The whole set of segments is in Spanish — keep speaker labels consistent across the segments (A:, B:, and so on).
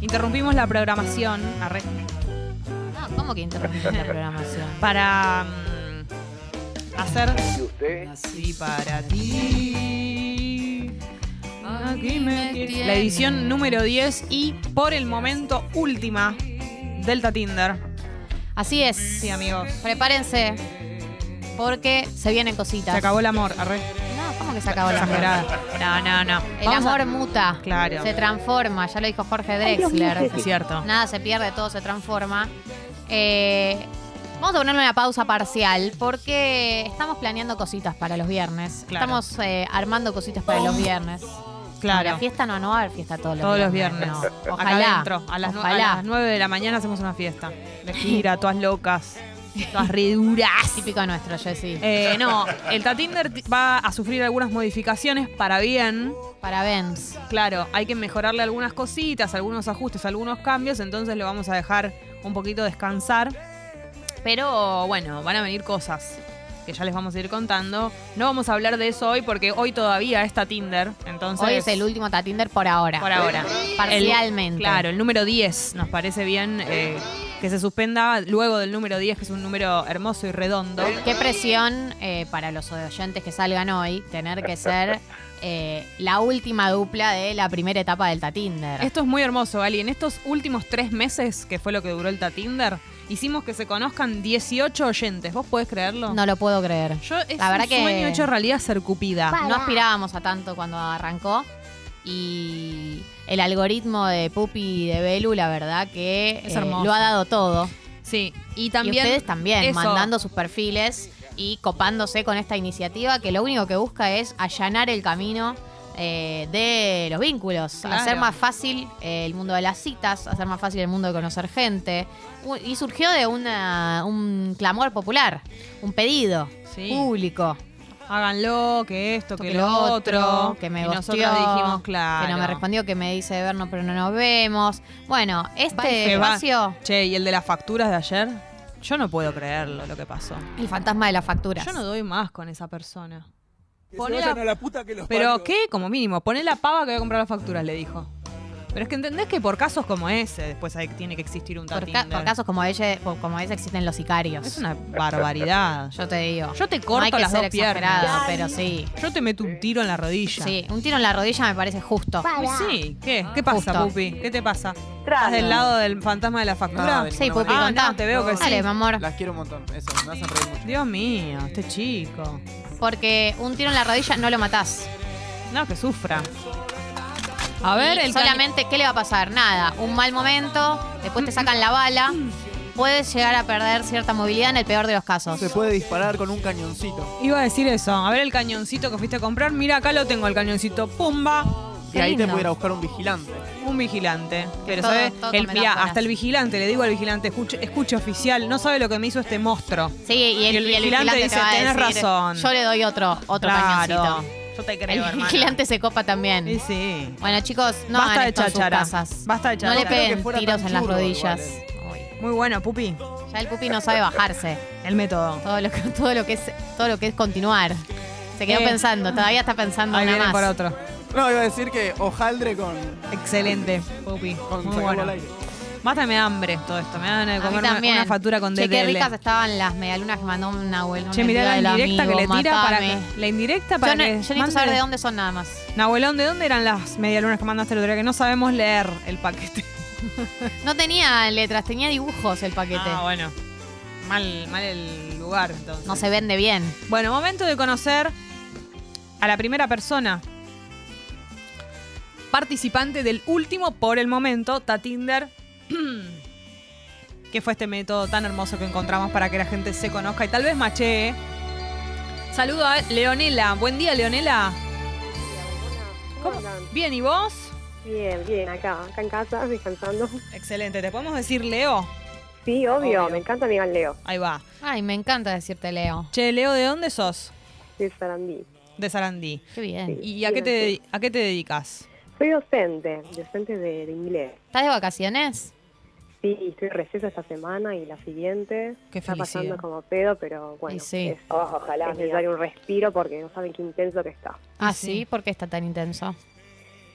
A: interrumpimos la programación arre,
B: No, ¿cómo que interrumpimos la programación?
A: para mm, hacer
C: ¿Y usted?
A: así para ti.
B: Aquí me tiene.
A: La edición número 10 y por el momento última Delta Tinder.
B: Así es.
A: Sí, amigos.
B: Prepárense. Porque se vienen cositas.
A: Se acabó el amor, arre.
B: No, ¿cómo que se acabó la
A: Exagerada. No, no, no.
B: El
A: Vamos a-
B: amor muta.
A: Claro.
B: Se transforma, ya lo dijo Jorge Drexler.
A: Es cierto.
B: Nada se pierde, todo se transforma. Eh, vamos a ponerle una pausa parcial porque estamos planeando cositas para los viernes.
A: Claro.
B: Estamos eh, armando cositas para los viernes. La
A: Claro.
B: fiesta no, no va a haber fiesta todos los
A: Todos los
B: viernes.
A: viernes. Acá
B: no. Ojalá.
A: adentro, a las, nue- a
B: ojalá.
A: las 9 de la mañana hacemos una fiesta. De gira, todas locas, todas reduras.
B: Típico nuestro, Jessy.
A: Eh, no, el Tatinder ti- va a sufrir algunas modificaciones para bien.
B: Para Benz.
A: Claro, hay que mejorarle algunas cositas, algunos ajustes, algunos cambios, entonces lo vamos a dejar un poquito descansar. Pero bueno, van a venir cosas que ya les vamos a ir contando. No vamos a hablar de eso hoy porque hoy todavía está Tinder. Entonces,
B: Hoy es el último Tatinder por ahora.
A: por ahora.
B: Parcialmente.
A: El- claro, el número 10 nos parece bien eh, que se suspenda luego del número 10, que es un número hermoso y redondo.
B: Qué presión eh, para los oyentes que salgan hoy tener que ser eh, la última dupla de la primera etapa del Tatinder.
A: Esto es muy hermoso, Ali. En estos últimos tres meses, que fue lo que duró el Tatinder, hicimos que se conozcan 18 oyentes. ¿Vos podés creerlo?
B: No lo puedo creer.
A: Yo es
B: La verdad
A: un
B: que-
A: sueño hecho realidad ser cupida.
B: No aspirábamos a tanto cuando arrancó. Y el algoritmo de Pupi y de Belu, la verdad que
A: Es
B: eh,
A: hermoso.
B: lo ha dado todo.
A: Sí. Y
B: y
A: también.
B: ustedes también,
A: eso.
B: mandando sus perfiles y copándose con esta iniciativa que lo único que busca es allanar el camino eh, de los vínculos,
A: Claro.
B: hacer más fácil eh, el mundo de las citas, hacer más fácil el mundo de conocer gente. U- Y surgió de una, un clamor popular, un pedido
A: Sí.
B: público.
A: Háganlo, que esto,
B: Esto,
A: que, lo otro.
B: que me
A: y
B: ghosteó,
A: nosotros dijimos, claro.
B: que no me respondió, que me dice de vernos pero no nos vemos. Bueno, este
A: Se va.
B: espacio,
A: Che, ¿y el de las facturas de ayer? Yo no puedo creerlo lo que pasó.
B: el fantasma de las facturas.
A: Yo no doy más con esa persona.
D: Que
A: Poné
D: se vayan
A: la-
D: a la puta que los
A: Pero
D: parió.
A: qué, como mínimo, poné la pava que voy a comprar las facturas, le dijo. Pero es que entendés que por casos como ese, después hay- tiene que existir un
B: Por, ca-
A: Tatinder.
B: por casos como ella, por- como ese existen los sicarios.
A: Es una barbaridad. Yo,
B: Yo te digo.
A: yo te
B: no hay
A: corto
B: que
A: las
B: ser
A: dos piernas.
B: exagerado, pero sí.
A: Yo te meto un tiro en la rodilla.
B: Sí, un tiro en la rodilla me parece justo.
A: Y sí, ¿qué? ¿Qué pasa,
B: Justo.
A: Pupi? ¿Qué te pasa? ¿Estás del lado del fantasma de la factura?
E: No, de-
B: Sí, Pupi,
A: Ah,
B: contá.
A: no, te veo que sí.
B: Dale, mi amor.
E: Las quiero un montón. Eso, me hacen reír mucho.
A: Dios mío, este chico.
B: Porque un tiro en la rodilla no lo matás.
A: No, que sufra. A ver,
B: Y
A: el cani-
B: solamente, ¿qué le va a pasar? Nada. Un mal momento, después te sacan la bala. Puedes llegar a perder cierta movilidad en el peor de los casos.
E: Se puede disparar con un cañoncito.
A: Iba a decir eso. A ver el cañoncito que fuiste a comprar. Mira, acá lo tengo, el cañoncito. Pumba.
E: Y ahí te
B: lindo.
E: puede ir a buscar un vigilante.
A: Un vigilante. Pero,
B: todo-
A: ¿sabes?
B: todo
A: El,
B: con
A: mirá,
B: metáforas.
A: hasta el vigilante, le digo al vigilante, escuche, escuche oficial, no sabe lo que me hizo este monstruo.
B: Sí, y el,
A: Y el
B: y el
A: vigilante
B: te
A: dice,
B: va a
A: "Tenés
B: decir,
A: razón".
B: Yo le doy otro, otro cañoncito.
A: Yo te creo,
B: El
A: hermano.
B: vigilante se copa también.
A: Sí, sí.
B: Bueno, chicos, no
A: Basta
B: hagan
A: de
B: esto en sus
A: cháchara.
B: casas.
A: Basta de
B: No le
A: cháchara.
E: Creo que
B: peguen
E: fuera
B: tiros
E: tan
B: en las
E: churro
B: rodillas.
A: Muy bueno, Pupi.
B: Ya el pupi no sabe bajarse.
A: El método.
B: Todo lo que, todo lo que es, todo lo que es continuar. Se quedó
A: Eh.
B: pensando, todavía está pensando
A: Ahí
B: una
A: viene
B: más.
A: para otro.
E: No, iba a decir que hojaldre con.
A: Excelente, Pupi.
E: con
A: Muy
E: sacarlo
A: bueno.
E: al aire.
A: Mata me da hambre todo esto. Me dan
B: A
A: de
B: mí
A: comer una,
B: también.
A: factura con
B: Che,
A: DTL.
B: qué ricas estaban las medialunas que mandó una abuela.
A: Che, mirá la indirecta que le tira para que, la indirecta para
B: yo no,
A: que
B: yo necesito
A: mande-
B: saber de dónste son nada más.
A: Nahuelón, ¿de dónde eran las medialunas que mandaste el otro día? Que no sabemos leer el paquete.
B: No tenía letras, tenía dibujos el paquete.
A: Ah, bueno. Mal, mal el lugar, entonces.
B: No se vende bien.
A: Bueno, momento de conocer a la primera persona. Participante del último, por el momento, Tatinder. que fue este método tan hermoso que encontramos para que la gente se conozca y tal vez machee. Saludo a Leonela. Buen día, Leonela. ¿Cómo? Bien, ¿y vos?
F: Bien, bien, acá, acá en casa, descansando.
A: Excelente. ¿Te podemos decir Leo?
F: Sí, obvio, me encanta mi Leo,
A: Ahí va.
B: Ay, me encanta decirte Leo.
A: Che, Leo, ¿de dónde sos?
F: de Sarandí.
A: De Sarandí.
B: Qué bien.
A: ¿Y a qué te, a qué te dedicas?
F: Soy docente, docente de, de inglés.
B: ¿Estás de vacaciones?
F: Sí, estoy en receso esta semana y la siguiente.
A: Qué
F: Está pasando
A: felicidad.
F: como pedo, pero bueno,
B: Y sí.
F: es, ojalá, es necesario un respiro porque no saben qué intenso que está.
B: Ah,
A: sí.
B: sí, ¿por qué está tan intenso?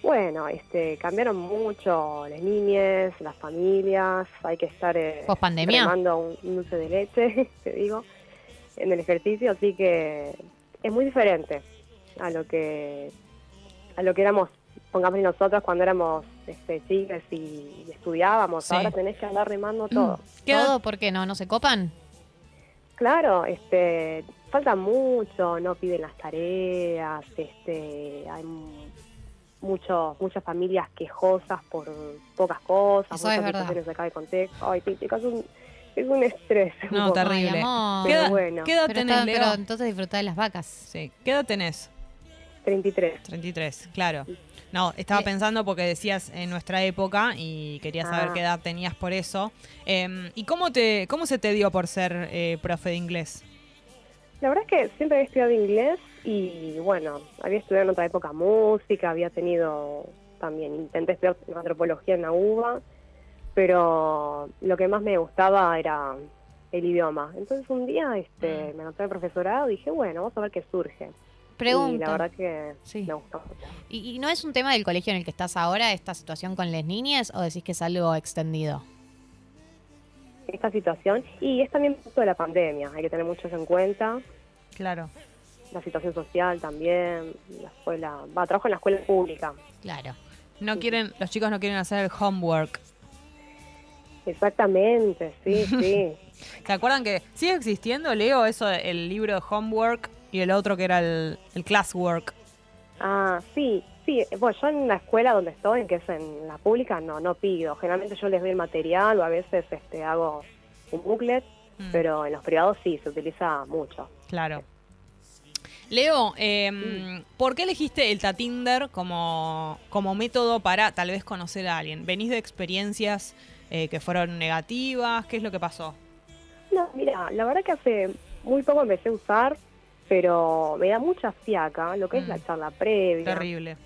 F: Bueno, este, cambiaron mucho las niñas, las familias, hay que estar eh,
B: Pospandemia.
F: tomando un un dulce de leche, te digo, en el ejercicio, así que es muy diferente a lo que a lo que éramos, pongamos nosotros cuando éramos este, chicas y estudiábamos,
A: Sí.
F: ahora tenés que andar
B: Mm.
F: remando todo.
A: ¿Qué edad-
B: ¿Todo? ¿Por qué no? ¿No se copan?
F: Claro, este, falta mucho, no piden las tareas, este, hay mu- mucho, muchas familias quejosas por pocas cosas,
B: Eso
F: muchas
B: es verdad.
F: situaciones acá de contexto. Ay, sí, chicas, es un, es un estrés. un
A: No,
F: poco.
B: Ay,
A: Terrible.
B: amor.
A: ¿Qué edad,
F: Ah, bueno.
A: qué edad
B: Pero,
A: tenés,
B: está-
A: Leo?
B: pero entonces disfrutá de las vacas.
A: Sí, ¿qué edad tenés?
F: 33.
A: 33, claro. No, estaba
B: Eh.
A: pensando porque decías en nuestra época y quería saber
F: Ah.
A: qué edad tenías por eso. Eh, ¿Y cómo te cómo se te dio por ser eh, profe de inglés?
F: La verdad es que siempre había estudiado inglés y bueno, había estudiado en otra época música, había tenido también, intenté estudiar antropología en la UBA, pero lo que más me gustaba era el idioma. Entonces un día este,
B: Mm.
F: me anoté al profesorado y dije, bueno, vamos a ver qué surge. Y la
B: Pregunta.
F: verdad que
B: Sí.
F: me gustó mucho.
B: ¿Y, y no es un tema del colegio en el que estás ahora, esta situación con las niñas, o decís que es algo extendido?
F: esta situación. Y es también producto de la pandemia, hay que tener mucho eso en cuenta.
A: Claro.
F: La situación social también, la escuela, va, trabajo en la escuela pública.
B: Claro.
A: No quieren, los chicos no quieren hacer el homework.
F: Exactamente, sí, sí.
A: ¿Se acuerdan que sigue existiendo, Leo, eso, el libro de homework y el otro que era el, el classwork?
F: Ah, sí, sí. Bueno, yo en la escuela donde estoy, que es en la pública, no, no pido. Generalmente yo les doy el material o a veces este, hago un booklet,
A: Mm.
F: pero en los privados sí, se utiliza mucho.
A: Claro. Leo, eh, ¿por qué elegiste el Tatinder como, como método para tal vez conocer a alguien? ¿Venís de experiencias eh, que fueron negativas? ¿Qué es lo que pasó?
F: No, mira, la verdad que hace muy poco empecé a usar, pero me da mucha fiaca lo que es
A: Mm.
F: la charla previa,
A: Terrible.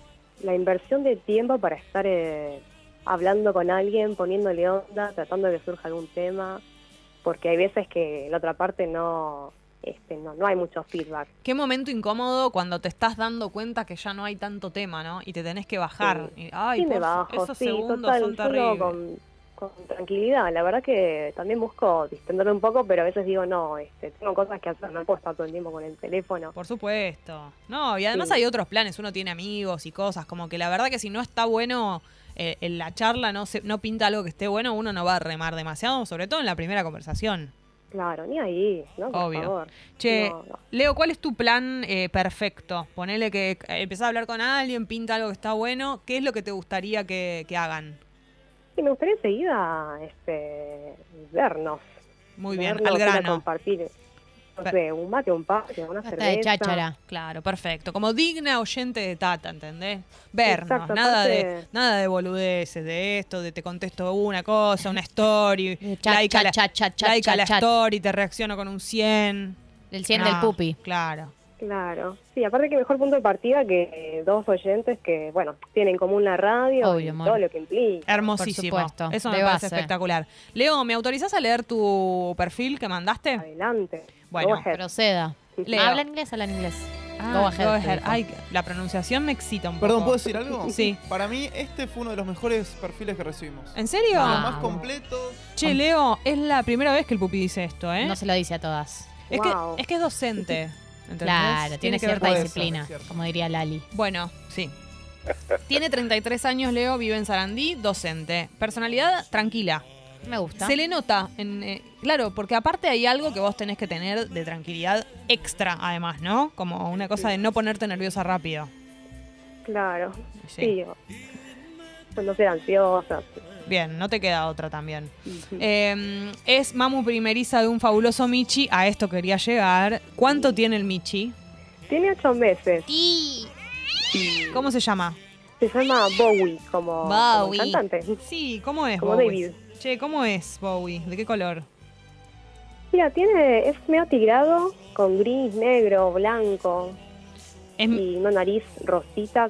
F: la inversión de tiempo para estar eh, hablando con alguien, poniéndole onda, tratando de que surja algún tema, porque hay veces que la otra parte no, este, no, no hay mucho feedback.
A: Qué momento incómodo cuando te estás dando cuenta que ya no hay tanto tema, ¿no? Y te tenés que bajar. Y, ay,
F: sí, me
A: por-
F: bajo,
A: esos
F: sí,
A: segundos
F: total,
A: son
F: yo lo
A: terribles.
F: con, con tranquilidad. La verdad que también busco distenderme un poco, pero a veces digo, no, este, tengo cosas que hacer, no puedo estar todo el tiempo con el teléfono.
A: Por supuesto. No, y además
F: Sí.
A: hay otros planes, uno tiene amigos y cosas, como que la verdad que si no está bueno eh, en la charla, no, se, no pinta algo que esté bueno, uno no va a remar demasiado, sobre todo en la primera conversación.
F: Claro, ni ahí, ¿no? Por
A: Obvio.
F: favor.
A: Che,
F: No, no.
A: Leo, ¿cuál es tu plan eh, perfecto? Ponele que eh, empezás a hablar con alguien, pinta algo que está bueno, ¿qué es lo que te gustaría que, que hagan?
F: Y me gustaría enseguida este, vernos.
A: Muy bien,
F: vernos,
A: al
F: ir a
A: grano.
F: compartir, no
A: Pe-
F: sé, un mate, un pase, una
B: Basta
F: cerveza.
B: de cháchara.
A: Claro, perfecto. Como digna oyente de Tata, ¿entendés? Vernos,
F: Exacto,
A: nada de
F: aparte-
A: nada de boludeces, de esto, de te contesto una cosa, una story,
B: Chat,
A: like a la,
B: chat, chat, chat, chat,
A: like a
B: chat,
A: la
B: chat.
A: story, te reacciono con un 100.
B: El 100
A: No,
B: del pupi.
A: Claro.
F: Claro. Sí, aparte que mejor punto de partida que dos oyentes que, bueno, tienen en común la radio
B: Obvio,
F: y
B: amor.
F: todo lo que implica.
A: Hermosísimo.
B: Por supuesto,
A: Eso me
B: de
A: parece
B: base.
A: espectacular. Leo, ¿me autorizás a leer tu perfil que mandaste?
F: Adelante.
A: Bueno,
F: Go ahead.
B: Proceda.
A: Leo.
B: Habla inglés, habla inglés.
A: Ah,
B: Go ahead,
A: go
B: te
A: ahead.
B: dijo.
A: Ay, la pronunciación me excita un
E: Perdón,
A: poco.
E: ¿puedo decir algo?
A: Sí.
E: Para mí, este fue uno de los mejores perfiles que recibimos.
A: ¿En serio?
E: Los
B: Ah.
E: más completos.
A: Che, Leo, es la primera vez que el pupi dice esto, ¿eh?
B: No se lo dice a todas.
A: es,
F: Wow.
A: que, es que es docente. ¿entendés?
B: Claro, tiene,
A: que ver
B: cierta
E: con eso,
B: disciplina,
E: es cierto.
B: como diría Lali.
A: Bueno, sí. Tiene 33 años, Leo, vive en Sarandí, docente. Personalidad tranquila.
B: Me gusta.
A: Se le nota, en, eh, claro, porque aparte hay algo que vos tenés que tener de tranquilidad extra, además, ¿no? Como una cosa de no ponerte nerviosa rápido.
F: Claro, sí. Pues no ser ansiosas.
A: Bien, no te queda otra también. Eh, es mamu primeriza de un fabuloso Michi, a esto quería llegar. ¿Cuánto tiene el Michi?
F: Tiene ocho meses.
B: Y
A: ¿Cómo se llama?
F: Se llama Bowie, como, como
B: Bowie.
F: el cantante.
A: Sí, ¿cómo es
F: Como
A: Bowie?
F: David.
A: Che, ¿cómo es Bowie? ¿De qué color?
F: Mira, tiene, es medio tigrado, con gris, negro, blanco
A: ¿Es,
F: y una nariz rosita,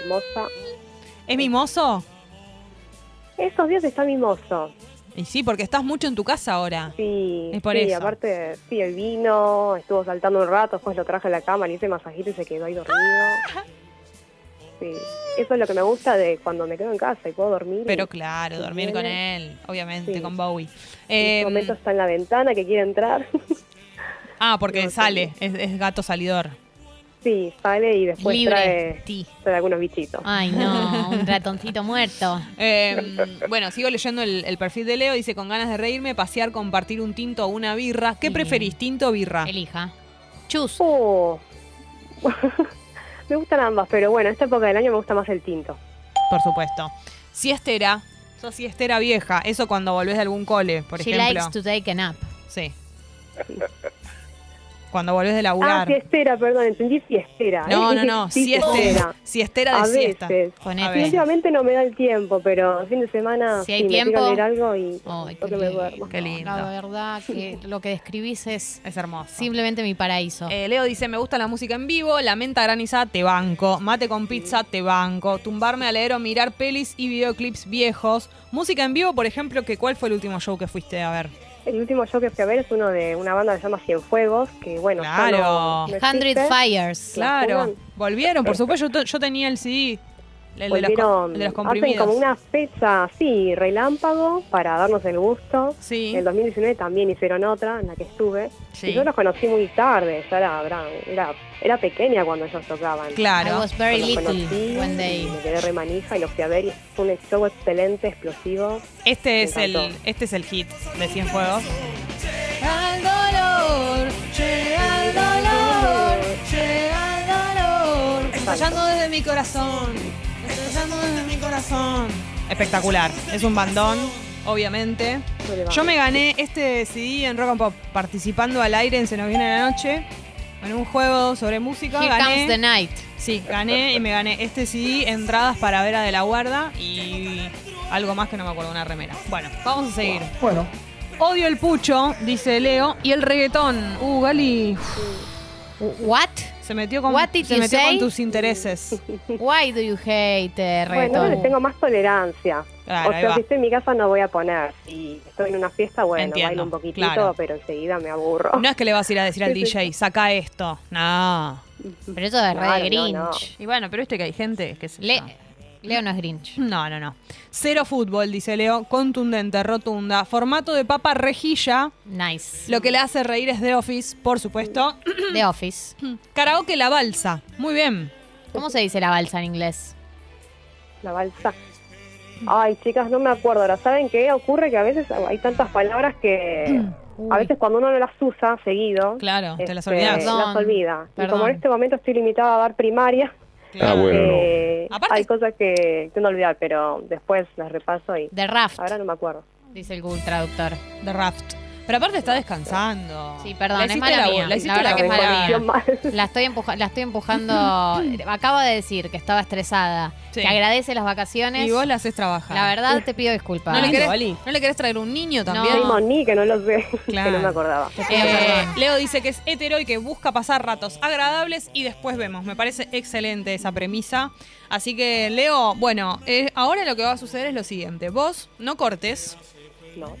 F: hermosa.
A: ¿es mimoso?
F: Esos días está mimoso.
A: Y sí, porque estás mucho en tu casa ahora.
F: Sí,
A: Es por
F: sí,
A: eso.
F: aparte, sí, el vino, estuvo saltando un rato, después lo traje a la cama, le hice masajito y se quedó ahí dormido. sí. Eso es lo que me gusta de cuando me quedo en este casa y puedo dormir.
A: Pero
F: y
A: claro,
F: si
A: dormir
F: tiene-
A: con él, obviamente,
F: Sí.
A: con Bowie.
F: en
A: Eh,
F: este momento está en la ventana que quiere entrar.
A: ah, porque
F: no,
A: sale, es, es gato salidor.
F: sí, sale y después
B: Libre.
F: Pues trae,
A: Sí.
F: trae algunos bichitos.
A: Ah.
B: Ay, no, un ratoncito muerto.
A: Eh, bueno, sigo leyendo el, el perfil de Leo. Dice, con ganas de reírme, pasear, compartir un tinto o una birra. ¿Qué
B: Sí.
A: preferís, tinto o birra?
B: Elija. Chus.
F: Oh. me gustan ambas, pero bueno, esta época del año me gusta más el tinto.
A: Por supuesto. Siestera. Sos siestera vieja. Eso cuando volvés de algún cole, por
B: She
A: ejemplo.
B: likes to take a nap.
A: Sí. Cuando volvés de
F: Ah,
A: laburar.
F: siestera, perdón, entendí siestera.
A: no, no,
F: Dije
A: no. Siestera. Siestera de
F: A
A: siesta.
F: veces.
B: Con
A: A
B: F.
A: ver.
F: Últimamente no me da el tiempo, pero el fin de semana
B: Si hay
F: sí, me
B: tiempo.
F: quiero leer algo y
B: Ay,
F: creo
B: qué
F: que me
B: lindo.
F: duermo.
A: Qué lindo.
B: La verdad que lo que describís es
A: Es hermoso.
B: simplemente mi paraíso.
A: Eh, Leo dice, me gusta la música en vivo, la menta granizada, te banco, mate con pizza, te banco, tumbarme a leer o mirar pelis y videoclips viejos. Música en vivo, por ejemplo, que ¿cuál fue el último show que fuiste a ver?
F: El último show que fui a ver es uno de una banda que se llama Cienfuegos, que bueno, ya
A: Claro.
F: no- no
B: Hundred
F: existe.
B: Fires.
F: La
A: Claro,
F: jugan.
A: volvieron, por supuesto, yo, to- yo tenía el CD, el de los, co- el
F: Volvieron,
A: de los
F: hacen
A: comprimidos.
F: como una fecha así, relámpago, para darnos el gusto.
A: Sí,
F: En el 2019 también hicieron otra en la que estuve.
A: sí.
F: Y yo los conocí muy tarde, ya era, gran- era, era pequeña cuando ellos tocaban.
B: I
A: Claro.
B: was very
F: Los
B: little
F: conocí,
B: when they...
F: y me quedé re manija y los fui a ver y fue un show excelente, explosivo.
A: Este
F: Me
A: es el,
F: encantó.
A: este es el hit de Cienfuegos.
B: Al dolor, llega el dolor, llega el dolor.
A: Estallando desde mi corazón. Estallando desde mi corazón. Espectacular. Es un bandón, obviamente.
F: No le va.
A: Yo me gané este CD en Rock and Pop participando al aire en Se nos viene la noche. En un juego sobre música
B: Here comes the
A: gané.
B: night.
A: Sí, gané y me gané este CD, entradas para ver a De la Guarda y algo más que no me acuerdo, una remera. Bueno, vamos a seguir.
C: Bueno,
A: Odio el pucho, dice Leo, y el reggaetón. Uh, Gali,
B: What?
A: se metió con,
B: What did
A: se
B: you
A: metió
B: say?
A: con tus intereses.
B: Why do you hate eh,
F: Bueno,
B: reggaetón?
F: ahora les tengo más tolerancia.
A: Claro,
F: o
A: ahí
F: sea,
A: va.
F: si estoy en mi casa no voy a poner. Si estoy en una fiesta, bueno,
A: Entiendo,
F: bailo un poquitito,
A: claro.
F: pero enseguida me aburro.
A: No es que le vas a ir a decir al
F: Sí, sí,
A: DJ, saca esto. No.
B: Pero eso es re
F: Claro,
B: de
F: no,
B: Grinch.
F: no.
A: Y bueno, pero este que hay gente que se...
B: Le- Leo no es Grinch.
A: No, no, no. Cero fútbol, dice Leo, contundente, rotunda. Formato de papa rejilla.
B: Nice.
A: Lo que le hace reír es The Office, por supuesto.
B: The Office.
A: Karaoke La Balsa. Muy bien.
B: ¿Cómo se dice la balsa en inglés?
F: La balsa. Ay, chicas, no me acuerdo. Ahora, ¿saben qué? Ocurre que a veces hay tantas palabras que a veces cuando uno no las usa seguido,
A: Claro, te las
F: este,
A: olvidás.
B: Perdón,
F: las olvida. Y
B: perdón.
F: como en este momento estoy limitada a dar primaria,
A: Claro.
D: Ah, bueno, no.
F: eh,
A: Aparte-
F: hay cosas que tengo que olvidar, pero después las repaso y
B: The Raft,
F: ahora no me acuerdo.
B: dice el Google Traductor.
A: The Raft. Pero aparte está descansando.
B: Sí, perdón,
A: La
B: es
A: hiciste
B: mala
A: la-
B: mía.
A: la hiciste
B: La verdad
A: la
B: que es mala
A: buena.
B: mía.
F: Mal.
B: La estoy, empuja- la estoy empujando. Acabo de decir que estaba estresada.
A: Sí.
B: Que agradece las vacaciones.
A: Y vos la haces trabajar.
B: La verdad, te pido disculpas.
A: ¿No le,
C: Lindo,
A: querés,
C: Ali.
A: ¿No le querés traer un niño también?
F: Soy Moni, que no lo sé, que no me
A: Ah. Claro.
F: acordaba.
A: Eh,
B: perdón.
A: Leo dice que es hetero y que busca pasar ratos agradables y después vemos. Me parece excelente esa premisa. Así que, Leo, bueno, eh, ahora lo que va a suceder es lo siguiente. Vos no cortes
F: No.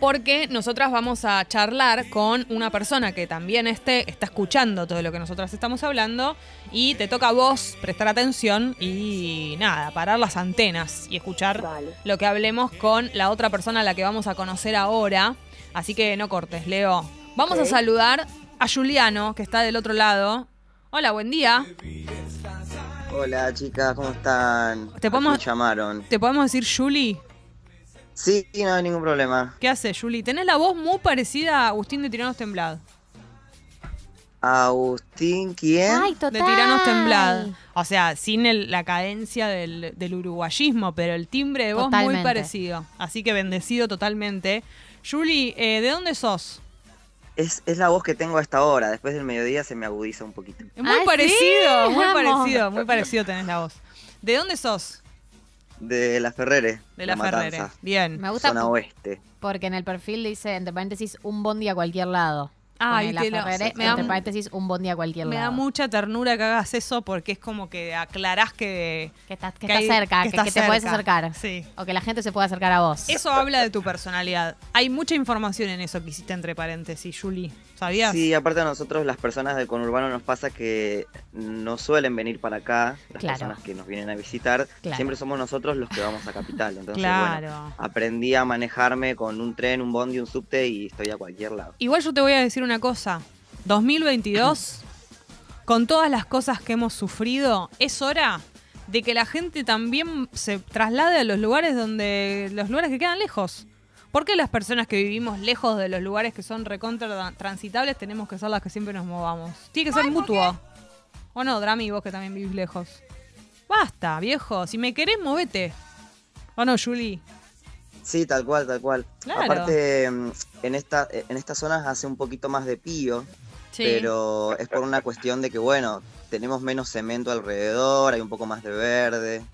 A: porque nosotras vamos a charlar con una persona que también esté, está escuchando todo lo que nosotras estamos hablando y te toca a vos prestar atención y nada, parar las antenas y escuchar
F: Vale.
A: lo que hablemos con la otra persona a la que vamos a conocer ahora. Así que no cortes, Leo. Vamos a
F: Ok.
A: saludar a Juliano, que está del otro lado. Hola, buen día.
G: Hola chicas, ¿cómo están?
A: Te podemos-
G: Aquí Me llamaron.
A: ¿Te podemos decir Juli?
G: Sí, no hay ningún problema.
A: ¿Qué hace, Juli? Tenés la voz muy parecida a Agustín de Tiranos Temblad.
G: Agustín, ¿quién?
B: Ay, total.
A: De Tiranos Temblad. O sea, sin el- la cadencia del, del uruguayismo, pero el timbre de voz muy
B: Totalmente.
A: parecido. Así que bendecido totalmente. Juli, eh, ¿de dónde sos?
G: Es, es la voz que tengo a esta hora. Después del mediodía se me agudiza un poquito.
A: Muy
B: Ah, ¿sí?
A: parecido, muy
B: Amo.
A: parecido, muy parecido tenés la voz. ¿De dónde sos?
G: De la Ferrere.
A: De la,
G: Matanza,
A: Ferrere. Bien.
B: Me gusta
G: Zona oeste.
B: porque en el perfil dice, entre paréntesis, un bondi a cualquier lado.
A: Ay,
B: Pone la
A: te lo-
B: Ferrere,
A: me da
B: entre
A: mu-
B: paréntesis, un bondi a cualquier
A: Me da
B: lado.
A: mucha ternura que hagas eso porque es como que aclarás que.
B: que estás, que
A: que
B: estás
A: hay-
B: cerca, que,
A: estás
B: que te puedes
A: cerca.
B: acercar.
A: Sí.
B: O que la gente se pueda acercar a vos.
A: Eso habla de tu personalidad. Hay mucha información en eso que hiciste entre paréntesis, Julie. ¿Sabías?
G: Sí, aparte a nosotros las personas del conurbano nos pasa que no suelen venir para acá, las
B: Claro.
G: personas que nos vienen a visitar,
B: Claro.
G: siempre somos nosotros los que vamos a Capital. Entonces, bueno,
A: claro.
G: aprendí a manejarme con un tren, un bondi, un subte y estoy a cualquier lado.
A: Igual yo te voy a decir una cosa. 2022, con todas las cosas que hemos sufrido, es hora de que la gente también se traslade a los lugares donde los lugares que quedan lejos. ¿Por qué las personas que vivimos lejos de los lugares que son recontra transitables tenemos que ser las que siempre nos movamos? Tiene que ser mutuo. ¿O no, Drami, vos que también vivís lejos? Basta, viejo. Si me querés, movete. ¿O no, Julie?
G: Sí, tal cual, tal cual.
A: Claro.
G: Aparte, mm, en esta en estas zonas hace un poquito más de pío, pero es por una cuestión de que, bueno, tenemos menos cemento alrededor, hay un poco más de verde.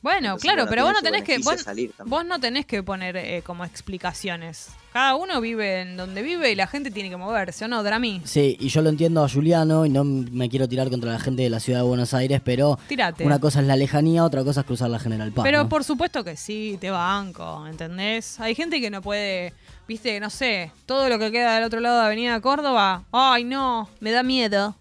A: Bueno,
G: Entonces,
A: claro, pero
G: tiene
A: vos no
G: su
A: tenés que...
G: beneficio
A: vos-
G: salir también.
A: Vos no tenés que poner eh, como explicaciones. Cada uno vive en donde vive y la gente tiene que moverse, ¿o no, Drami?
C: Sí, y yo lo entiendo a Juliano y no m- me quiero tirar contra la gente de la ciudad de Buenos Aires, pero
A: Tírate.
C: una cosa es la lejanía, otra cosa es cruzar la General Paz.
A: Pero
C: ¿no?
A: por supuesto que sí, te banco, ¿entendés? Hay gente que no puede, viste, no sé, todo lo que queda del otro lado de Avenida Córdoba, ay no, me da miedo.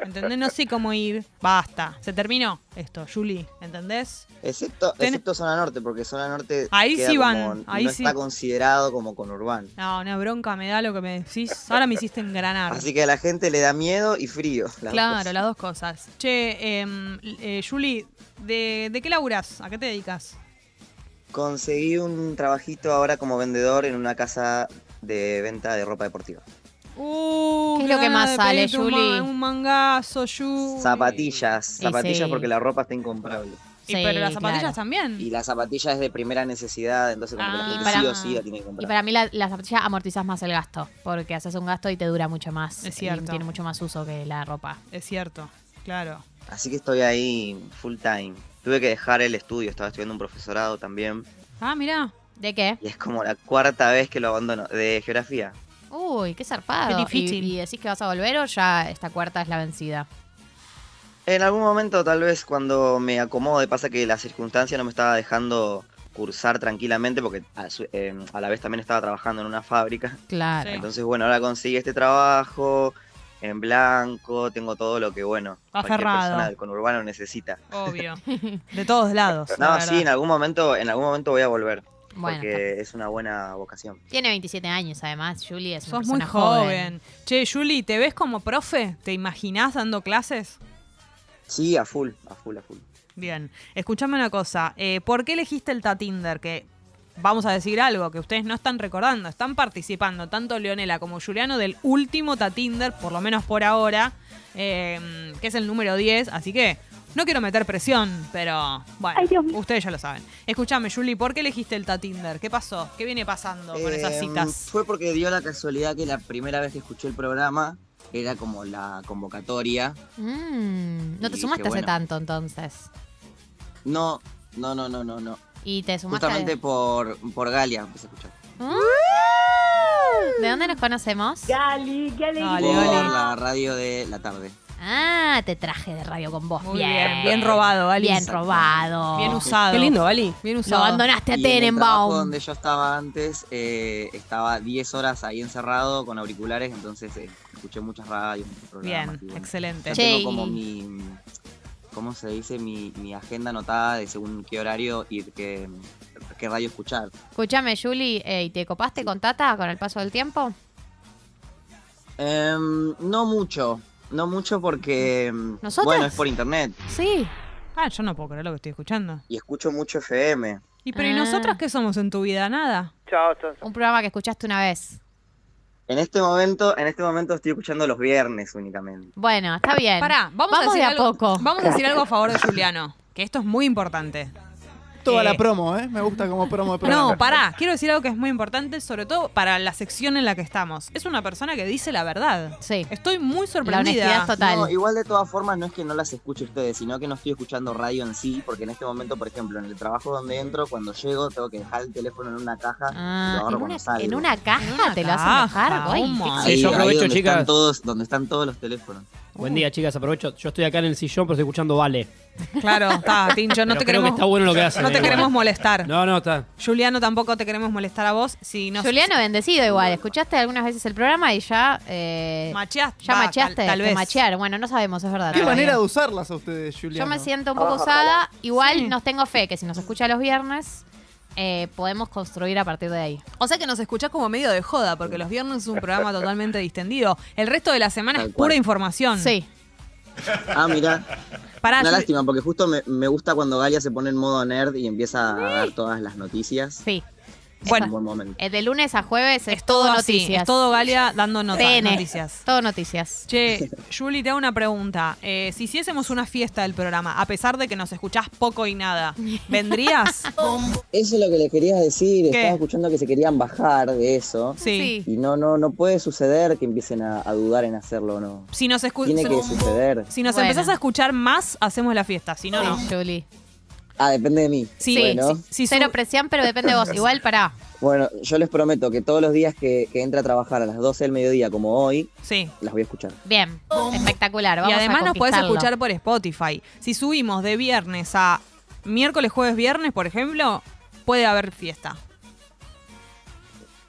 A: ¿Entendés? No sé cómo ir. Basta, se terminó esto, Julie, ¿entendés?
G: Excepto,
A: Ten-
G: excepto zona norte, porque zona norte
A: Ahí
G: queda
A: sí
G: como-
A: van, ahí
G: no
A: sí.
G: está considerado como conurbano.
A: No, una bronca me da lo que me decís. Ahora me hiciste engranar.
G: Así que a la gente le da miedo y frío. las
A: claro,
G: dos.
A: las dos cosas. Che, em, eh, Juli, ¿de, de qué laburás? ¿A qué te dedicas?
G: Conseguí un trabajito ahora como vendedor en una casa de venta de ropa deportiva.
A: Uh,
B: ¿Qué es lo que
A: ganas
B: más
A: de
B: sale,
A: pedirte un
B: Juli?
A: ma- Un mangazo, Juli.
G: Zapatillas, zapatillas
B: sí. Mm.
G: porque la ropa está incomparable.
A: Y pero las
B: Sí,
A: zapatillas
B: claro.
A: también.
G: Y la zapatilla es de primera necesidad, entonces como que
A: Ah.
G: la
A: Y
G: gente
B: para-
G: sí o sí la tiene que comprar.
B: Y para mí la- las zapatillas amortizas más el gasto, porque haces un gasto y te dura mucho más.
A: Es
B: y
A: cierto.
B: tiene mucho más uso que la ropa.
A: Es cierto, claro.
G: Así que estoy ahí full time. Tuve que dejar el estudio, estaba estudiando un profesorado también.
A: Ah, mirá.
B: ¿De qué?
G: Y es como la cuarta vez que lo abandono, de geografía.
B: Uy, qué zarpado.
A: Qué difícil.
B: ¿Y, y decís que vas a volver o ya esta cuarta es la vencida?
G: En algún momento, tal vez cuando me acomode, pasa que la circunstancia no me estaba dejando cursar tranquilamente porque a, su- eh, a la vez también estaba trabajando en una fábrica.
B: Claro.
A: Sí.
G: Entonces, bueno, ahora conseguí este trabajo en blanco, tengo todo lo que, bueno, cualquier
A: Aferrado.
G: persona del conurbano necesita.
A: Obvio. De todos lados. la
G: No,
A: verdad.
G: sí, en algún momento, en algún momento voy a volver
B: Bueno,
G: porque es una buena vocación.
B: tiene 27 años además, Julie es una
A: Sos muy
B: persona
A: joven. Che, Juli, ¿te ves como profe? ¿Te imaginás dando clases?
G: Sí, a full, a full, a full.
A: Bien. Escuchame una cosa. eh, ¿Por qué elegiste el Tatinder? Que vamos a decir algo que ustedes no están recordando. Están participando tanto Leonela como Juliano del último Tatinder, por lo menos por ahora, eh, que es el número 10. Así que no quiero meter presión, pero bueno,
F: Ay, Dios mío.
A: ustedes ya lo saben. Escuchame, Juli, ¿por qué elegiste el Tatinder? ¿Qué pasó? ¿Qué viene pasando con esas
G: Eh,
D: Em,
A: citas?
G: Fue porque dio la casualidad que la primera vez que escuché el programa era como la convocatoria.
B: joven. Mm, no te
G: Y
B: sumaste
G: dije,
B: hace
G: bueno.
B: tanto entonces.
G: No, no, no, no, no, no.
B: Y te sumaste.
G: Justamente por, por Galia empecé a escuchar.
B: Mm. ¿De dónde nos conocemos?
F: Gali, Gali.
A: Dale,
G: por
A: dale.
G: la radio de la tarde.
B: Ah, te traje de radio con vos.
A: Muy bien, bien robado, Ali.
B: Bien robado.
A: Bien usado.
D: Qué lindo, Vali.
A: Bien
B: Lo
A: usado.
B: abandonaste a
G: Y en el trabajo
B: Tenenbaum.
G: donde yo estaba antes, eh, estaba 10 horas ahí encerrado con auriculares, entonces eh, escuché muchas radios, muchos programas.
A: Bien,
G: y bueno,
A: excelente.
G: ya
B: Che,
G: tengo
B: y-
G: como mi, ¿cómo se dice? Mi, mi agenda anotada de según qué horario y qué, qué radio escuchar.
B: Escúchame, Julie, eh, ¿y te copaste con Tata con el paso del tiempo?
G: Em, no mucho, no mucho porque, em,
B: ¿Nosotras?
G: bueno, es por internet
B: Sí.
A: Ah, yo no puedo creer lo que estoy escuchando.
G: y escucho mucho FM.
A: ¿Y pero y
B: Ah.
A: nosotras qué somos en tu vida? Nada.
B: Un programa que escuchaste una vez.
G: En este momento, en este momento estoy escuchando los viernes únicamente.
B: Bueno, está bien.
A: Pará, vamos, a
B: Vamos
A: decir
B: de a
A: algo,
B: poco.
A: Vamos a decir algo a favor de Juliano, que esto es muy importante.
E: Toda
A: Eh,
E: la promo, ¿eh? Me gusta como promo de programa.
A: No, pará, quiero decir algo que es muy importante, sobre todo para la sección en la que estamos. Es una persona que dice la verdad.
B: Sí.
A: Estoy muy
B: La honestidad
A: sorprendida.
B: es total.
G: No, igual de todas formas no es que no las escuche ustedes, sino que no estoy escuchando radio en sí, porque en este momento, por ejemplo, en el trabajo donde entro, cuando llego tengo que dejar el teléfono en una caja y
B: Ah,
G: lo agarro
B: en, una,
G: cuando salgo.
B: en una caja
A: En una
B: te lo hacen
A: caja,
B: dejar. Uy,
A: oh
B: qué
A: my
B: exceso.
G: Ahí-
D: Sí, yo
G: ahí
D: aprovecho,
G: donde
D: chicas.
G: Están todos, donde están todos los teléfonos.
D: Buen día, chicas. Aprovecho. Yo estoy acá en el sillón, pero estoy escuchando Vale.
A: Claro, está, Tincho, no
D: Pero creo que
A: te queremos.
D: está bueno lo que hacen,
A: No te
D: eh,
A: queremos
D: igual.
A: molestar.
D: No, no, está.
A: Juliano tampoco te queremos molestar a vos. Si no
B: Juliano bendecido igual. Escuchaste algunas veces el programa y ya. eh,
A: macheaste.
B: ya
A: va,
B: macheaste.
A: Tal, tal
B: te
A: vez.
B: machearon. Bueno, no sabemos, es verdad.
E: Qué
B: todavía.
E: manera de usarlas a ustedes, Julián.
B: Yo me siento un poco
F: Ojalá.
B: usada. Igual nos tengo fe que si nos escucha los viernes, eh, podemos construir a partir de ahí.
A: O sea que nos escuchás como medio de joda, porque los viernes es un programa totalmente distendido. El resto de la semana
G: Tal
A: es pura
G: cual.
A: información.
B: Sí.
G: Ah, mira.
A: Pará,
G: Una
A: Jul-
G: lástima, porque justo me, me gusta cuando Galia se pone en modo nerd y empieza a dar todas las noticias.
B: Sí.
G: Es un
A: Bueno,
G: buen momento.
B: Eh, De lunes a jueves es,
A: es todo así.
B: noticias.
A: Es todo Galia dando nota-
B: TN.
A: noticias.
B: Todo noticias.
A: Che, Juli, te hago una pregunta. Eh, si hiciésemos una fiesta del programa, a pesar de que nos escuchás poco y nada, ¿vendrías?
G: Eso es lo que le quería decir.
A: ¿Qué?
G: Estaba escuchando que se querían bajar de eso.
A: Sí.
G: Y no, no, no puede suceder que empiecen a, a dudar en hacerlo o no.
A: Si nos, escu-
G: Tiene que
A: si-
G: suceder.
A: si nos
B: Bueno.
A: empezás a escuchar más, hacemos la fiesta. Si no, no.
B: Sí, Juli.
G: Ah, depende de mí.
A: Sí,
G: Bueno.
A: sí, sí, su-
B: Cero presión, pero depende de vos. Igual para.
G: Bueno, yo les prometo que todos los días que, que entre a trabajar a las 12 del mediodía, como hoy,
A: sí.
G: las voy a escuchar.
B: Bien. Espectacular. Vamos
A: y
B: a
A: además nos podés
B: conquistarlo.
A: escuchar por Spotify. Si subimos de viernes a miércoles, jueves, viernes, por ejemplo, puede haber fiesta.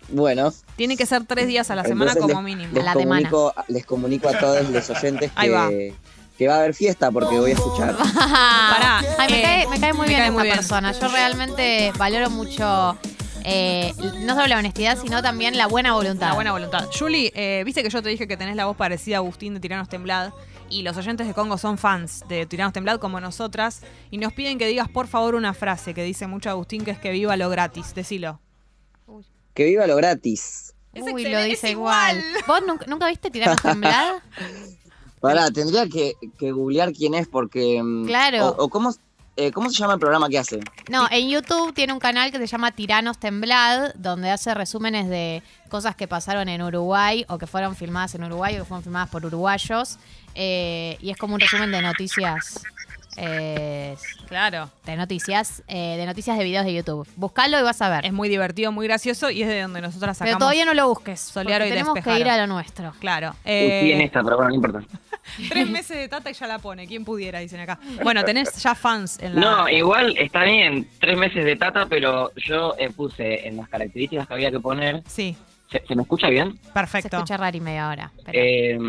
G: Bueno,
A: Tiene que ser tres días a la semana
G: entonces
A: como
G: les-
A: mínimo.
G: Les,
B: La de Mana.
G: comunico, les comunico a todos los oyentes
A: Ahí va.
G: que, que va a haber fiesta porque voy a escuchar.
A: Pará,
B: Ah, Ay, me,
A: eh,
B: cae, me cae
A: me
B: muy bien
A: cae
B: esta
A: muy bien.
B: persona. Yo realmente valoro mucho. eh, no solo la honestidad, sino también la buena voluntad.
A: La buena voluntad. Julie, eh, viste que yo te dije que tenés la voz parecida a Agustín de Tiranos Temblad. Y los oyentes de Congo son fans de Tiranos Temblad como nosotras. Y nos piden que digas por favor una frase que dice mucho Agustín, que es que viva lo gratis. Decilo.
G: Que viva lo gratis.
A: Es
B: Uy,
A: excelente,
B: lo
A: es
B: dice igual.
A: igual.
B: ¿Vos nunca, nunca viste Tiranos Temblar?
G: Pará, tendría que, que googlear quién es porque... mm,
B: Claro.
G: O, o cómo, eh, cómo se llama el programa que hace.
B: No, en YouTube tiene un canal que se llama Tiranos Temblad, donde hace resúmenes de cosas que pasaron en Uruguay o que fueron filmadas en Uruguay o que fueron filmadas por uruguayos. eh, y es como un resumen de noticias. eh,
A: Claro.
B: de noticias, eh, de noticias de videos de YouTube. Buscalo y vas a ver.
A: Es muy divertido, muy gracioso y es de donde nosotras Em, sacamos.
B: Pero todavía no lo busques.
A: Soliaro
B: porque
A: y
B: tenemos que
A: Despejaro.
B: ir a lo nuestro.
A: Claro. Eh,
G: pero bueno, no importa.
A: Tres meses de tata y ya la pone, quien pudiera, dicen acá. Bueno, tenés ya fans en la.
H: No, eh. igual está bien, tres meses de tata, pero yo eh, puse en las características que había que poner.
A: Sí,
H: ¿Se, se me escucha bien?
B: Se
A: perfecto.
B: escucha raro y media hora. pero
H: Eh,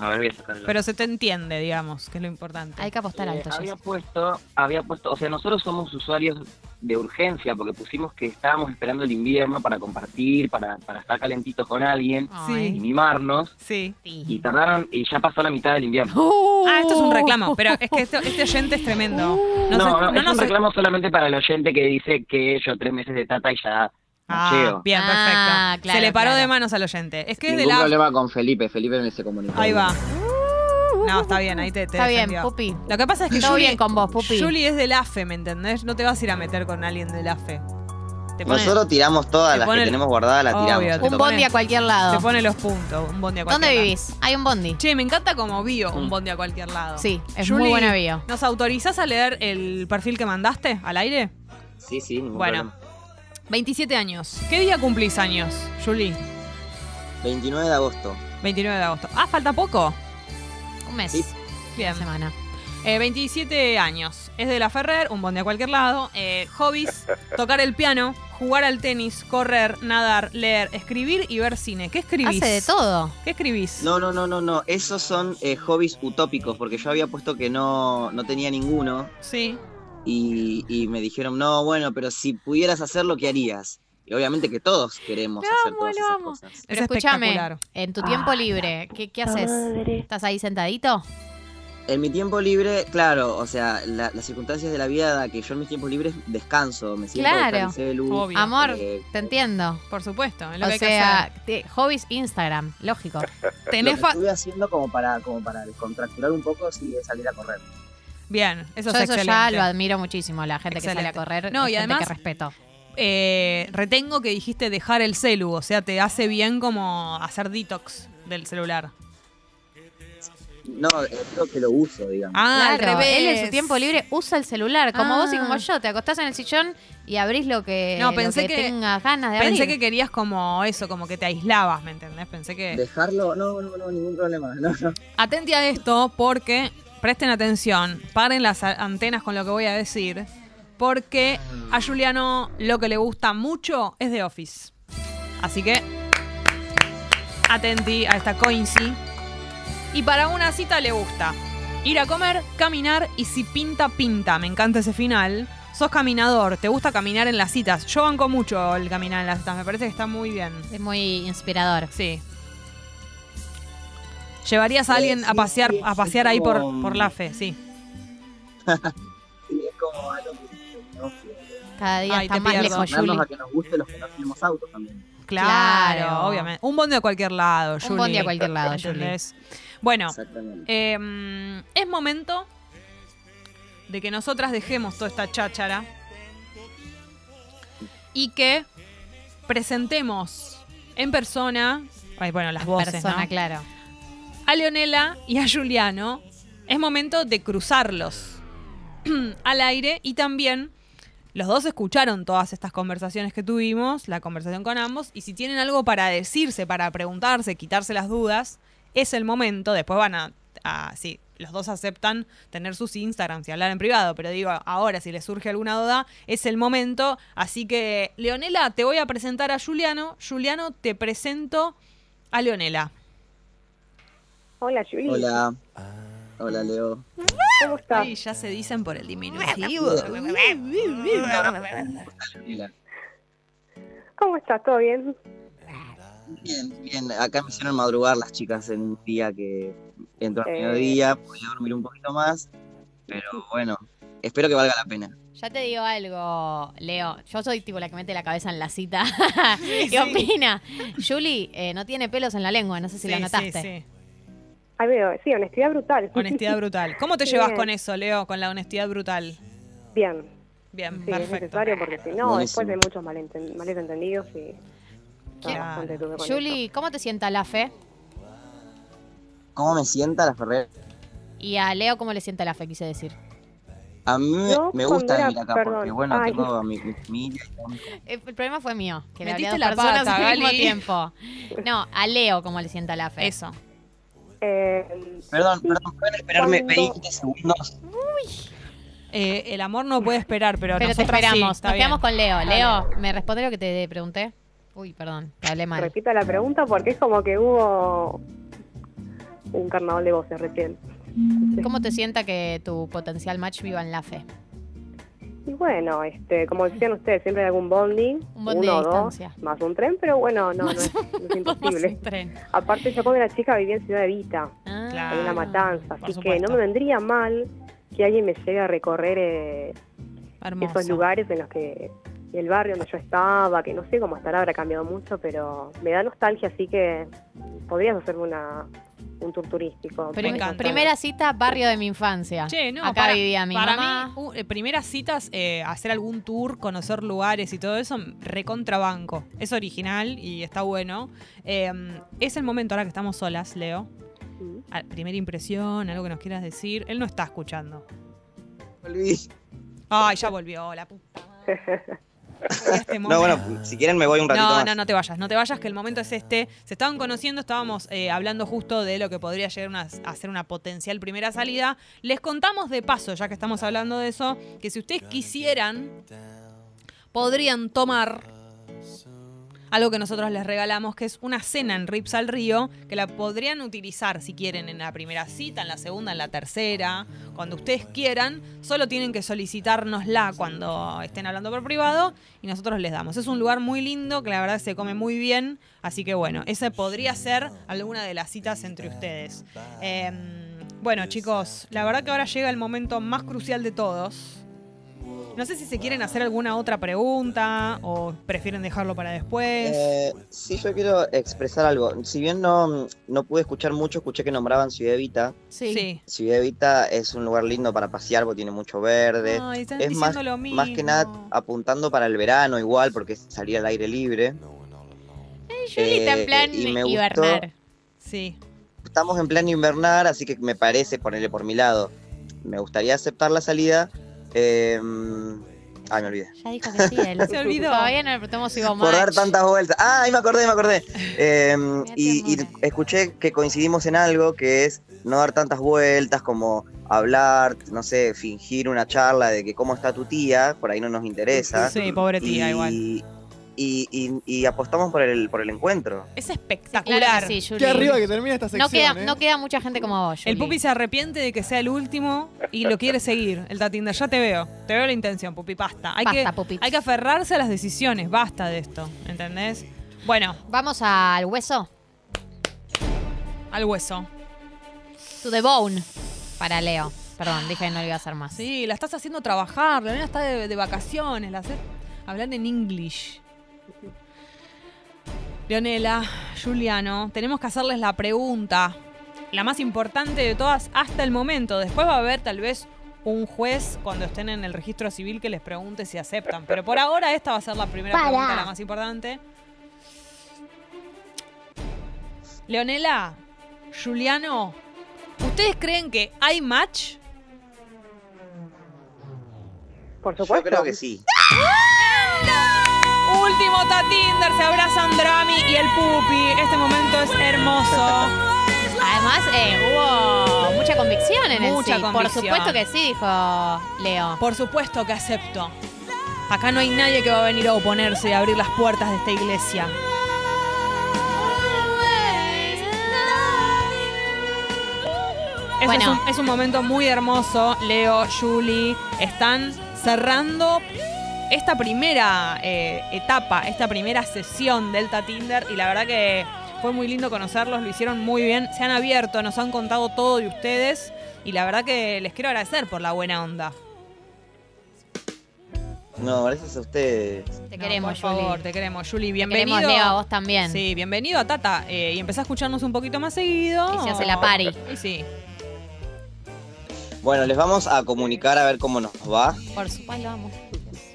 H: a ver, voy a sacarlo.
A: Pero se te entiende, digamos, que es lo importante.
B: hay que apostar
H: Eh,
B: alto,
H: había
B: Jess.
H: puesto, había puesto, o sea, nosotros somos usuarios de urgencia porque pusimos que estábamos esperando el invierno para compartir, para, para estar calentitos con alguien y
A: Ah, Sí.
H: mimarnos.
A: Sí.
H: Y tardaron, y ya pasó la mitad del invierno.
A: Ah, esto es
B: Uh.
A: un
B: Oh.
A: reclamo, pero es que esto- este oyente es tremendo.
H: No,
A: Nos-
H: no, es
A: nos-
H: un reclamo solamente para el oyente que dice que yo tres meses de tata y ya
A: Ah,
H: macheo.
A: bien, perfecto.
B: Ah, claro,
A: se le paró
B: claro.
A: de manos al oyente. Es que es de
G: Ningún
A: la.
G: problema con Felipe, Felipe me se comunicó.
A: Ahí va. No, está bien, ahí te, te
B: Uh. Está bien,
A: defendió.
B: Pupi.
A: Lo que pasa es que
B: Todo
A: Juli,
B: bien con vos, Pupi.
A: Juli es del AFE, ¿me entendés? No te vas a ir a meter con alguien del AFE. Te pone,
G: Nosotros tiramos
A: te
G: todas las
A: pone-
G: que tenemos guardadas, las
A: Obvio, te
G: tiramos.
B: Un bondi a cualquier
A: te
B: lado.
A: pone los puntos, un bondi a
B: ¿Dónde
A: cualquier lado.
B: vivís? Hay un bondi.
A: Che, me encanta como bio
G: Mm.
A: un bondi a cualquier lado.
B: Sí, es
A: Juli,
B: muy buena bio.
A: ¿Nos autorizás a leer el perfil que mandaste al aire?
G: Sí, sí, ningún
A: Bueno.
G: problema.
A: 27 años. ¿Qué día cumplís años, Juli?
G: 29 de agosto.
A: 29 de agosto. Ah, falta poco.
B: Un mes.
G: Sí.
A: Bien.
B: Una semana.
A: Eh, 27 años. Es de la Ferrer, un bondi a cualquier lado. Eh, hobbies, tocar el piano, jugar al tenis, correr, nadar, leer, escribir y ver cine. ¿Qué escribís?
B: Hace de todo.
A: ¿Qué escribís?
G: No, no, no, no, no. Esos son eh, hobbies utópicos, porque yo había puesto que no, no tenía ninguno
A: Sí.
G: y, y me dijeron, no, bueno, pero si pudieras hacerlo, ¿qué harías? Y obviamente que todos queremos hacer todas esas cosas.
B: Pero
A: Es
B: escúchame,
A: espectacular.
B: en tu tiempo libre, ¿qué, qué haces? ¿Estás ahí sentadito?
G: En mi tiempo libre, claro, o sea, la- las circunstancias de la vida da que yo en mis tiempos libres descanso, me siento
B: Claro.
G: detrás del celu,
A: Obvio.
B: Amor,
G: eh,
B: te entiendo.
A: Por supuesto, es lo
B: O
A: que hay que hacer.
B: sea, te- hobbies Instagram, lógico.
G: Lo
A: Tenés
G: que
A: fa-
G: estuve haciendo como para, como para descontracturar un poco si es salir a correr.
A: Bien, eso
B: Yo
A: es
B: eso
A: excelente.
B: ya lo admiro muchísimo, la gente que
A: Excelente.
B: sale a correr.
A: No, y
B: es gente
A: además-
B: que respeto.
A: Eh, retengo que dijiste dejar el celu, o sea, te hace bien como hacer detox del celular.
G: No, eh, creo que lo uso, digamos.
A: Ah, al
B: Claro,
A: revés.
B: Él en su tiempo libre usa el celular, como
A: Ah.
B: vos y como yo. Te acostás en el sillón y abrís lo que,
A: No,
B: lo
A: pensé que-
B: tengas ganas de
A: Pensé que
B: abrir.
A: querías como eso, como que te aislabas, ¿me entendés? Pensé que...
G: Dejarlo, no, no, no, ningún problema. No, no.
A: Atente a esto porque, presten atención, paren las a- antenas con lo que voy a decir, porque a Juliano lo que le gusta mucho es The Office. Así que, atenti a esta coinci. Y para una cita le gusta ir a comer, caminar y si pinta, pinta. Me encanta ese final. Sos caminador, te gusta caminar en las citas. Yo banco mucho el caminar en las citas, me parece que está muy bien.
B: Es muy inspirador.
A: Sí. ¿Llevarías a alguien a pasear, a pasear ahí por, por la fe? Sí.
G: Sí, es como algo que no, que-
B: Cada día
A: Ay,
B: está
A: te
B: más
A: pierdo.
B: lejos,
G: acostumbrarnos
B: Juli.
G: a que nos guste los que no tenemos autos también.
A: Claro,
B: Claro.
A: obviamente. Un bondi a cualquier lado, Juli.
B: bondi a cualquier lado,
A: ¿Entendés? Bueno,
G: Exactamente.
A: eh, es momento de que nosotras dejemos toda esta cháchara y que presentemos en persona, ay, bueno, las voces,
B: Persona,
A: ¿no?
B: claro.
A: a Leonela y a Juliano, es momento de cruzarlos al aire y también los dos escucharon todas estas conversaciones que tuvimos, la conversación con ambos, y si tienen algo para decirse, para preguntarse, quitarse las dudas, es el momento, después van a, a- sí, los dos aceptan tener sus Instagrams y hablar en privado, pero digo, ahora si les surge alguna duda, es el momento, así que Leonela, te voy a presentar a Juliano, Juliano, te presento a Leonela.
F: Hola, Juli.
G: Hola.
F: Ah.
G: Hola, Leo.
F: ¿Cómo estás?
A: Ay, ya se dicen por el diminutivo.
G: Hola.
F: ¿Cómo estás? ¿Todo bien?
G: Bien, bien. Acá me hicieron madrugar las chicas en un día que entró al
F: Eh.
G: mediodía. Podía dormir un poquito más. Pero bueno, espero que valga la pena.
B: Ya te digo algo, Leo. Yo soy tipo la que mete la cabeza en la cita. ¿Qué opina? Julie eh, no tiene pelos en la lengua, no sé si lo
A: Sí,
B: notaste.
A: sí, sí.
F: Ay, veo, sí, honestidad brutal.
A: Honestidad brutal. ¿Cómo te
F: Sí.
A: llevas con eso, Leo? Con la honestidad brutal.
F: Bien,
A: Bien,
F: sí, es
A: perfecto.
F: necesario porque si no,
G: Buenísimo.
F: después de muchos malenten- malentendidos y... no,
A: Claro.
F: bastante tuve con eso.
B: Julie, ¿cómo te sienta la fe?
G: ¿Cómo me sienta la Ferrer?
B: Y a Leo, ¿cómo le sienta la fe? Quise decir.
G: A mí me-
F: No,
G: me
F: cuando
G: gusta
F: era-
G: venir acá porque,
F: perdón.
G: bueno,
F: Ay.
G: tengo a mi, mi familia. y tengo mis
B: Eh, El problema fue mío, que le hablé
A: Metiste
B: a dos
A: la
B: personas
A: pata,
B: al mismo
A: Gali.
B: tiempo. No, a Leo, ¿cómo le sienta la fe?
A: Eso.
F: Eh,
G: Perdón, perdón, pueden esperarme
F: Cuando-
G: 20 segundos.
A: Eh, el amor no puede esperar, pero,
B: Pero te
A: nosotras sí,
B: esperamos,
A: está
B: nos
A: bien.
B: quedamos con Leo. Leo, ¿me responde lo que te pregunté? Uy, perdón, te hablé mal.
F: repita la pregunta porque es como que hubo un carnaval de voces recién.
B: ¿Cómo te sienta que tu potencial match viva en la fe?
F: Y bueno, este, como decían ustedes, siempre hay algún bonding,
B: Un bondi
F: uno
B: de
F: o dos,
B: distancia.
F: más un tren, pero bueno, no, no es, no es imposible.
B: un tren.
F: Aparte, yo cuando era chica vivía en Ciudad Evita,
B: Ah,
F: en una
A: Claro.
F: matanza,
A: por
F: así que
A: supuesto.
F: no me vendría mal que alguien me llegue a recorrer eh,
A: Hermoso.
F: esos lugares en los que el barrio donde yo estaba, que no sé cómo estará, habrá cambiado mucho, pero me da nostalgia, así que podrías hacerme una, un tour turístico.
B: Ah. Prim-
A: Me encanta.
B: Primera cita, barrio de mi infancia.
A: Che, no,
B: Acá
A: para,
B: vivía mi
A: para
B: mamá.
A: mí, uh, eh, primeras citas, eh, hacer algún tour, conocer lugares y todo eso, recontrabanco. Es original y está bueno. Eh, es el momento ahora que estamos solas, Leo.
F: Mm.
A: Ah, Primera impresión, algo que nos quieras decir. Él no está escuchando.
G: Volví.
A: Ay, ya volvió, la puta. madre. Este
G: No, bueno, si quieren me voy un ratito
A: no,
G: más.
A: no, no te vayas, no te vayas, que el momento es este. Se estaban conociendo, estábamos eh, hablando justo de lo que podría llegar una- a ser una potencial primera salida. Les contamos de paso, ya que estamos hablando de eso, que si ustedes quisieran, podrían tomar algo que nosotros les regalamos, que es una cena en Rips al Río, que la podrían utilizar si quieren en la primera cita, en la segunda, en la tercera, cuando ustedes quieran, solo tienen que solicitárnosla cuando estén hablando por privado y nosotros les damos. Es un lugar muy lindo, que la verdad se come muy bien, así que bueno, esa podría ser alguna de las citas entre ustedes. Eh, bueno chicos, la verdad que ahora llega el momento más crucial de todos. No sé si se quieren hacer alguna otra pregunta o prefieren dejarlo para después.
G: Eh, sí, yo quiero expresar algo. Si bien no, no pude escuchar mucho, escuché que nombraban Ciudad Evita.
A: sí.
G: Ciudad Evita es un lugar lindo para pasear porque tiene mucho verde.
A: Ay, están
G: es
A: diciendo lo mismo.
G: Más que nada apuntando para el verano igual, porque es salir al aire libre.
B: Julie está en
G: Eh,
B: plan
G: y me gustó-
B: hibernar.
A: Sí.
G: estamos en plan invernar, así que me parece, ponerle por mi lado, me gustaría aceptar la salida. Eh, ay, me olvidé.
B: Ya dijo que sí, él.
A: Se olvidó.
B: Todavía no le preguntamos si va
G: Por dar tantas vueltas. Ah, ahí me acordé, me acordé. Eh, y, y
B: amores.
G: escuché que coincidimos en algo que es no dar tantas vueltas, como hablar, no sé, fingir una charla de que cómo está tu tía, por ahí no nos interesa.
A: Sí, pobre tía,
G: y,
A: igual.
G: Y, y- y apostamos por el, por el encuentro.
A: Es
B: Claro
A: espectacular.
B: que sí, Juli.
E: Qué arriba que termina esta
B: no,
E: sección.
B: queda,
E: ¿eh?
B: no queda mucha gente como vos, Juli.
A: El Pupi se arrepiente de que sea el último y lo quiere seguir. El Tatinder, ya te veo. Te veo la intención, Pupi, basta. Hay,
B: Basta,
A: que,
B: Pupi.
A: hay que aferrarse a las decisiones, basta de esto, ¿entendés? Bueno,
B: Vamos al hueso.
A: al hueso.
B: To the bone. Para Leo. Perdón, dije que no lo iba a hacer más.
A: Sí, la estás haciendo trabajar, la nena está de, de vacaciones, la haces hablar en English. Leonela, Juliano, tenemos que hacerles la pregunta, la más importante de todas hasta el momento. Después va a haber tal vez un juez cuando estén en el registro civil que les pregunte si aceptan. Pero por ahora esta va a ser la primera
I: Para.
A: pregunta, la más importante. Leonela, Juliano, ¿ustedes creen que hay match?
F: Por
G: Yo
F: supuesto.
G: creo que sí.
A: Último Tatinder, se abrazan Drami y el Pupi. Este momento es hermoso.
B: Además, eh, hubo mucha convicción en
A: Mucha
B: el sí. Por
A: convicción.
B: supuesto que sí, dijo Leo.
A: Por supuesto que acepto. Acá no hay nadie que va a venir a oponerse y abrir las puertas de esta iglesia. Ese
B: Bueno.
A: es, un, es un momento muy hermoso. Leo, Julie están cerrando esta primera eh, etapa, esta primera sesión Delta Tinder y la verdad que fue muy lindo conocerlos, lo hicieron muy bien, se han abierto, nos han contado todo de ustedes y la verdad que les quiero agradecer por la buena onda.
G: No, gracias a ustedes.
B: Te
A: No,
B: queremos,
A: por
B: Juli.
A: favor, te queremos, Juli. Bienvenido.
B: Queremos, Leo, a vos también.
A: Sí, bienvenido a Tata. Eh, y empezá a escucharnos un poquito más seguido.
B: Y se hace la pari.
A: Y sí.
G: Bueno, les vamos a comunicar a ver cómo nos va.
B: Por supuesto, lo amo.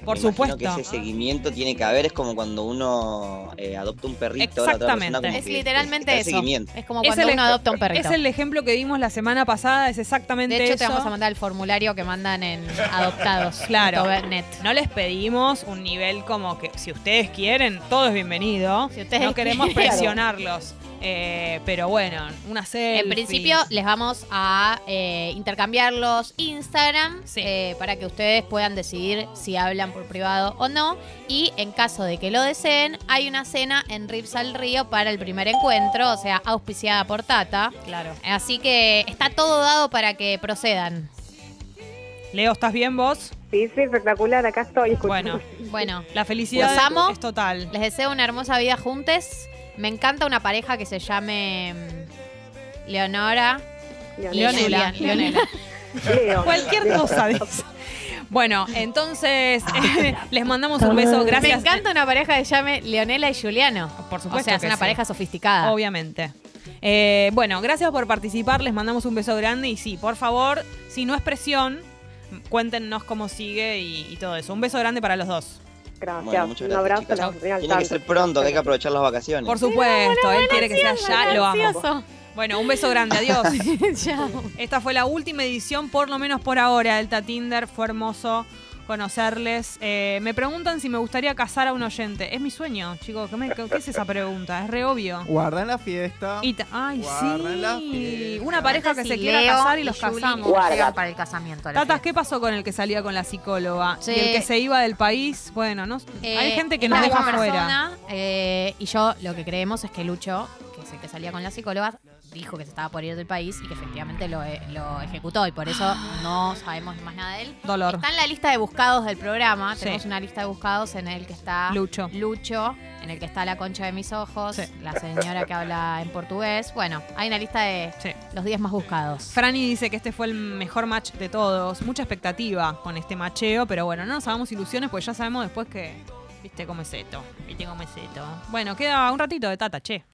A: Por
G: Me imagino
A: supuesto.
G: que ese seguimiento tiene que haber, es como cuando uno eh, adopta un perrito. la otra persona
A: Exactamente.
G: como
B: Es
G: que le-
B: literalmente
G: le-
B: eso.
G: le da seguimiento.
B: Es como
A: Es
B: cuando
A: el
B: uno
A: ej-
B: adopta un perrito.
A: Es el ejemplo que dimos la semana pasada, es exactamente
B: de hecho, te
A: eso.
B: vamos a mandar el formulario que mandan en Adoptados.
A: Claro.
B: punto net.
A: No les pedimos un nivel como que si ustedes quieren, todo es bienvenido.
B: Si ustedes
A: no queremos
B: quieren.
A: presionarlos. Eh, pero bueno, una selfie.
B: En principio les vamos a eh, intercambiar los Instagram
A: Sí.
B: eh, para que ustedes puedan decidir si hablan por privado o no. Y en caso de que lo deseen, hay una cena en Rips al Río para el primer encuentro, o sea, auspiciada por Tata.
A: Claro.
B: Así que está todo dado para que procedan.
A: Leo, ¿estás bien vos?
F: Sí, sí, espectacular. Acá estoy escuchando.
A: Bueno,
B: Bueno,
A: la felicidad
B: Los amo.
A: es total.
B: les deseo una hermosa vida juntos. Me encanta una pareja que se llame mm, Leonora y
A: Leonela.
B: Julián. Leonela.
F: Leo.
A: Cualquier cosa de eso. Bueno, entonces eh, les mandamos un beso. Gracias.
B: Me encanta una pareja que se llame Leonela y Juliano.
A: Por
B: O
A: supuesto.
B: sea, es
A: que
B: una
A: sí.
B: pareja sofisticada.
A: Obviamente. Eh, bueno, gracias por participar, les mandamos un beso grande y sí, por favor, si no es presión, cuéntenos cómo sigue y, y todo eso. Un beso grande para los dos.
F: Gracias.
G: Bueno, muchas
F: Un abrazo.
G: gracias, chicas.
F: la voy a poner al
G: Tiene que
F: tanto.
G: ser pronto, que hay que aprovechar las vacaciones.
A: Por supuesto, él quiere que sea ya, lo amo.
B: Ansioso.
A: Bueno, un beso grande, adiós.
B: Chao.
A: Esta fue la última edición, por lo menos por ahora, Delta Tinder. Fue hermoso conocerles. Eh, me preguntan si me gustaría casar a un oyente. Es mi sueño, chicos. ¿Qué, me- qué- qué es esa pregunta? Es re obvio.
E: Guarda en la fiesta.
A: Y ta- ay,
E: Guarda la
A: sí.
E: fiesta.
A: Una pareja que
B: Si
A: se quiera
B: Leo
A: casar y los
B: Juli
A: casamos.
F: Guarda.
B: llegan para el casamiento. a la
A: Tatas,
B: fiesta.
A: ¿qué pasó con el que salía con la psicóloga?
B: Sí.
A: Y el que se iba del país, bueno, no,
B: Eh,
A: hay gente que
B: una
A: nos deja
B: buena
A: fuera.
B: persona, eh, y yo lo que creemos es que Lucho, que es el que salía con la psicóloga, dijo que se estaba por ir del país y que efectivamente lo, eh, lo ejecutó y por eso no sabemos más nada de él.
A: Dolor.
B: Está en la lista de buscados del programa.
A: Sí.
B: Tenemos una lista de buscados en el que está
A: Lucho.
B: Lucho, en el que está la concha de mis ojos,
A: Sí.
B: la señora que habla en portugués. Bueno, hay una lista de
A: Sí.
B: los 10 más buscados.
A: Franny dice que este fue el mejor match de todos. Mucha expectativa con este macheo, pero bueno, no nos hagamos ilusiones pues porque ya sabemos después que. Viste cómo es esto. Viste cómo es esto. Bueno, queda un ratito de tata, che.